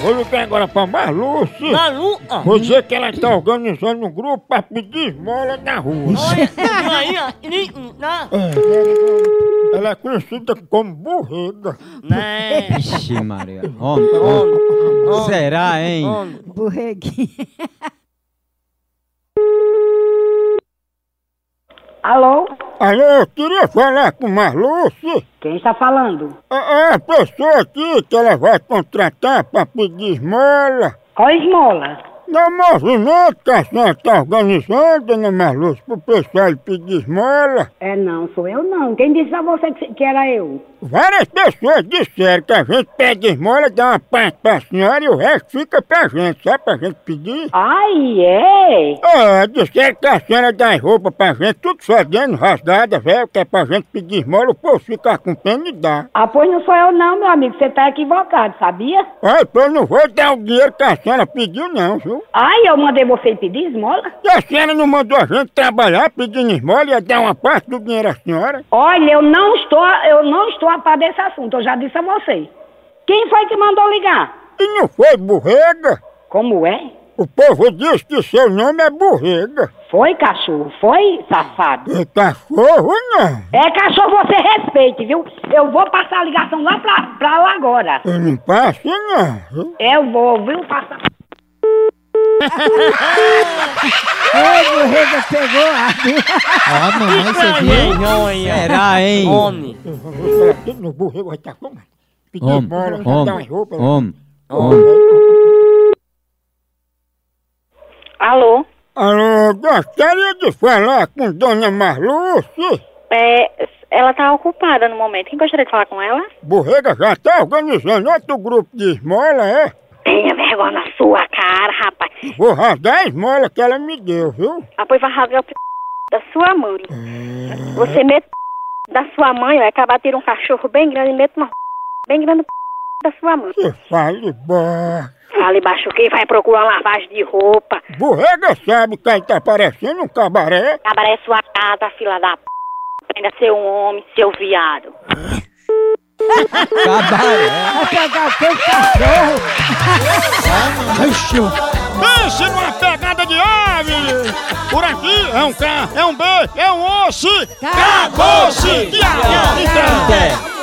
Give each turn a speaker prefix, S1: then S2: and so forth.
S1: Vou ligar é agora pra Marluce.
S2: Malu... Ah.
S1: Vou dizer que ela tá organizando um grupo pra pedir esmola na rua.
S2: Olha, aí, ó. Ni- na-
S1: Ela é conhecida como burrida.
S2: né.
S3: Ixi, Maria. Homem, homem. Será, hein?
S2: Homem.
S4: Borreguinho.
S5: Alô?
S1: Alô, eu queria falar com Marluce.
S5: Quem está falando?
S1: É é a pessoa aqui que ela vai contratar pra pedir esmola.
S5: Qual esmola?
S1: No movimento que a senhora tá organizando, dona Marluce, pro pessoal pedir esmola.
S5: É não, sou eu não. Quem disse a você que, que era eu?
S1: Várias pessoas disseram que a gente pede esmola, dá uma parte pra senhora e o resto fica pra gente, só pra gente pedir.
S5: Ai, é?
S1: É, disseram que a senhora dá as roupas pra gente, tudo fedendo, rasgada, velho, que é pra gente pedir esmola, o povo ficar com pena e dá.
S5: Ah, pois não sou eu não, meu amigo. Você está equivocado, sabia?
S1: Olha, eu não vou dar o dinheiro que a senhora pediu não, viu?
S5: Ai, eu mandei você pedir esmola?
S1: E a senhora não mandou a gente trabalhar pedindo esmola, ia dar uma parte do dinheiro à senhora.
S5: Olha, eu não estou, eu não estou a par desse assunto. Eu já disse a você. Quem foi que mandou ligar?
S1: E não foi borrega?
S5: Como é?
S1: O povo diz que seu nome é borrega.
S5: Foi cachorro, foi safado.
S1: E cachorro não.
S5: É cachorro, você respeite, viu? Eu vou passar a ligação lá pra, pra lá agora.
S1: Eu não passo não, viu?
S5: Eu vou, viu? Passar.
S4: Ô, borrega pegou a.
S3: Ah, mamãe, você viu?
S2: Vergonha.
S3: Será, hein?
S2: Homem.
S1: Eu vou falar tudo no borrego, vai tá estar como? Pedir
S3: Homem,
S1: esmola, já dá uma
S3: homem,
S1: roupa. né?
S3: homem, homem.
S6: Alô?
S1: Alô, gostaria de falar com Dona Marluce.
S6: É, ela tá ocupada no momento. Quem gostaria de falar com ela?
S1: Borrega já está organizando outro grupo de esmola, é?
S6: Tenha vergonha na sua cara, rapaz.
S1: Vou rasgar a esmola que ela me deu, viu?
S6: Ah, pois vai rasgar o p... da sua mãe. Você mete p... da sua mãe, vai acabar de ter um cachorro bem grande e mete uma p... bem grande p... da sua mãe.
S1: Você fale baixo.
S6: Fale baixo que vai procurar uma lavagem de roupa.
S1: Borrega sabe que aí tá parecendo um cabaré.
S6: Acabaré sua casa, fila da p... Ainda ser um homem, seu viado.
S3: Cabaré.
S4: Vai pegar o teu cachorro.
S1: Pense numa pegada de ave! Por aqui é um K, é um B, é um osso! Acabou-se!
S3: Até.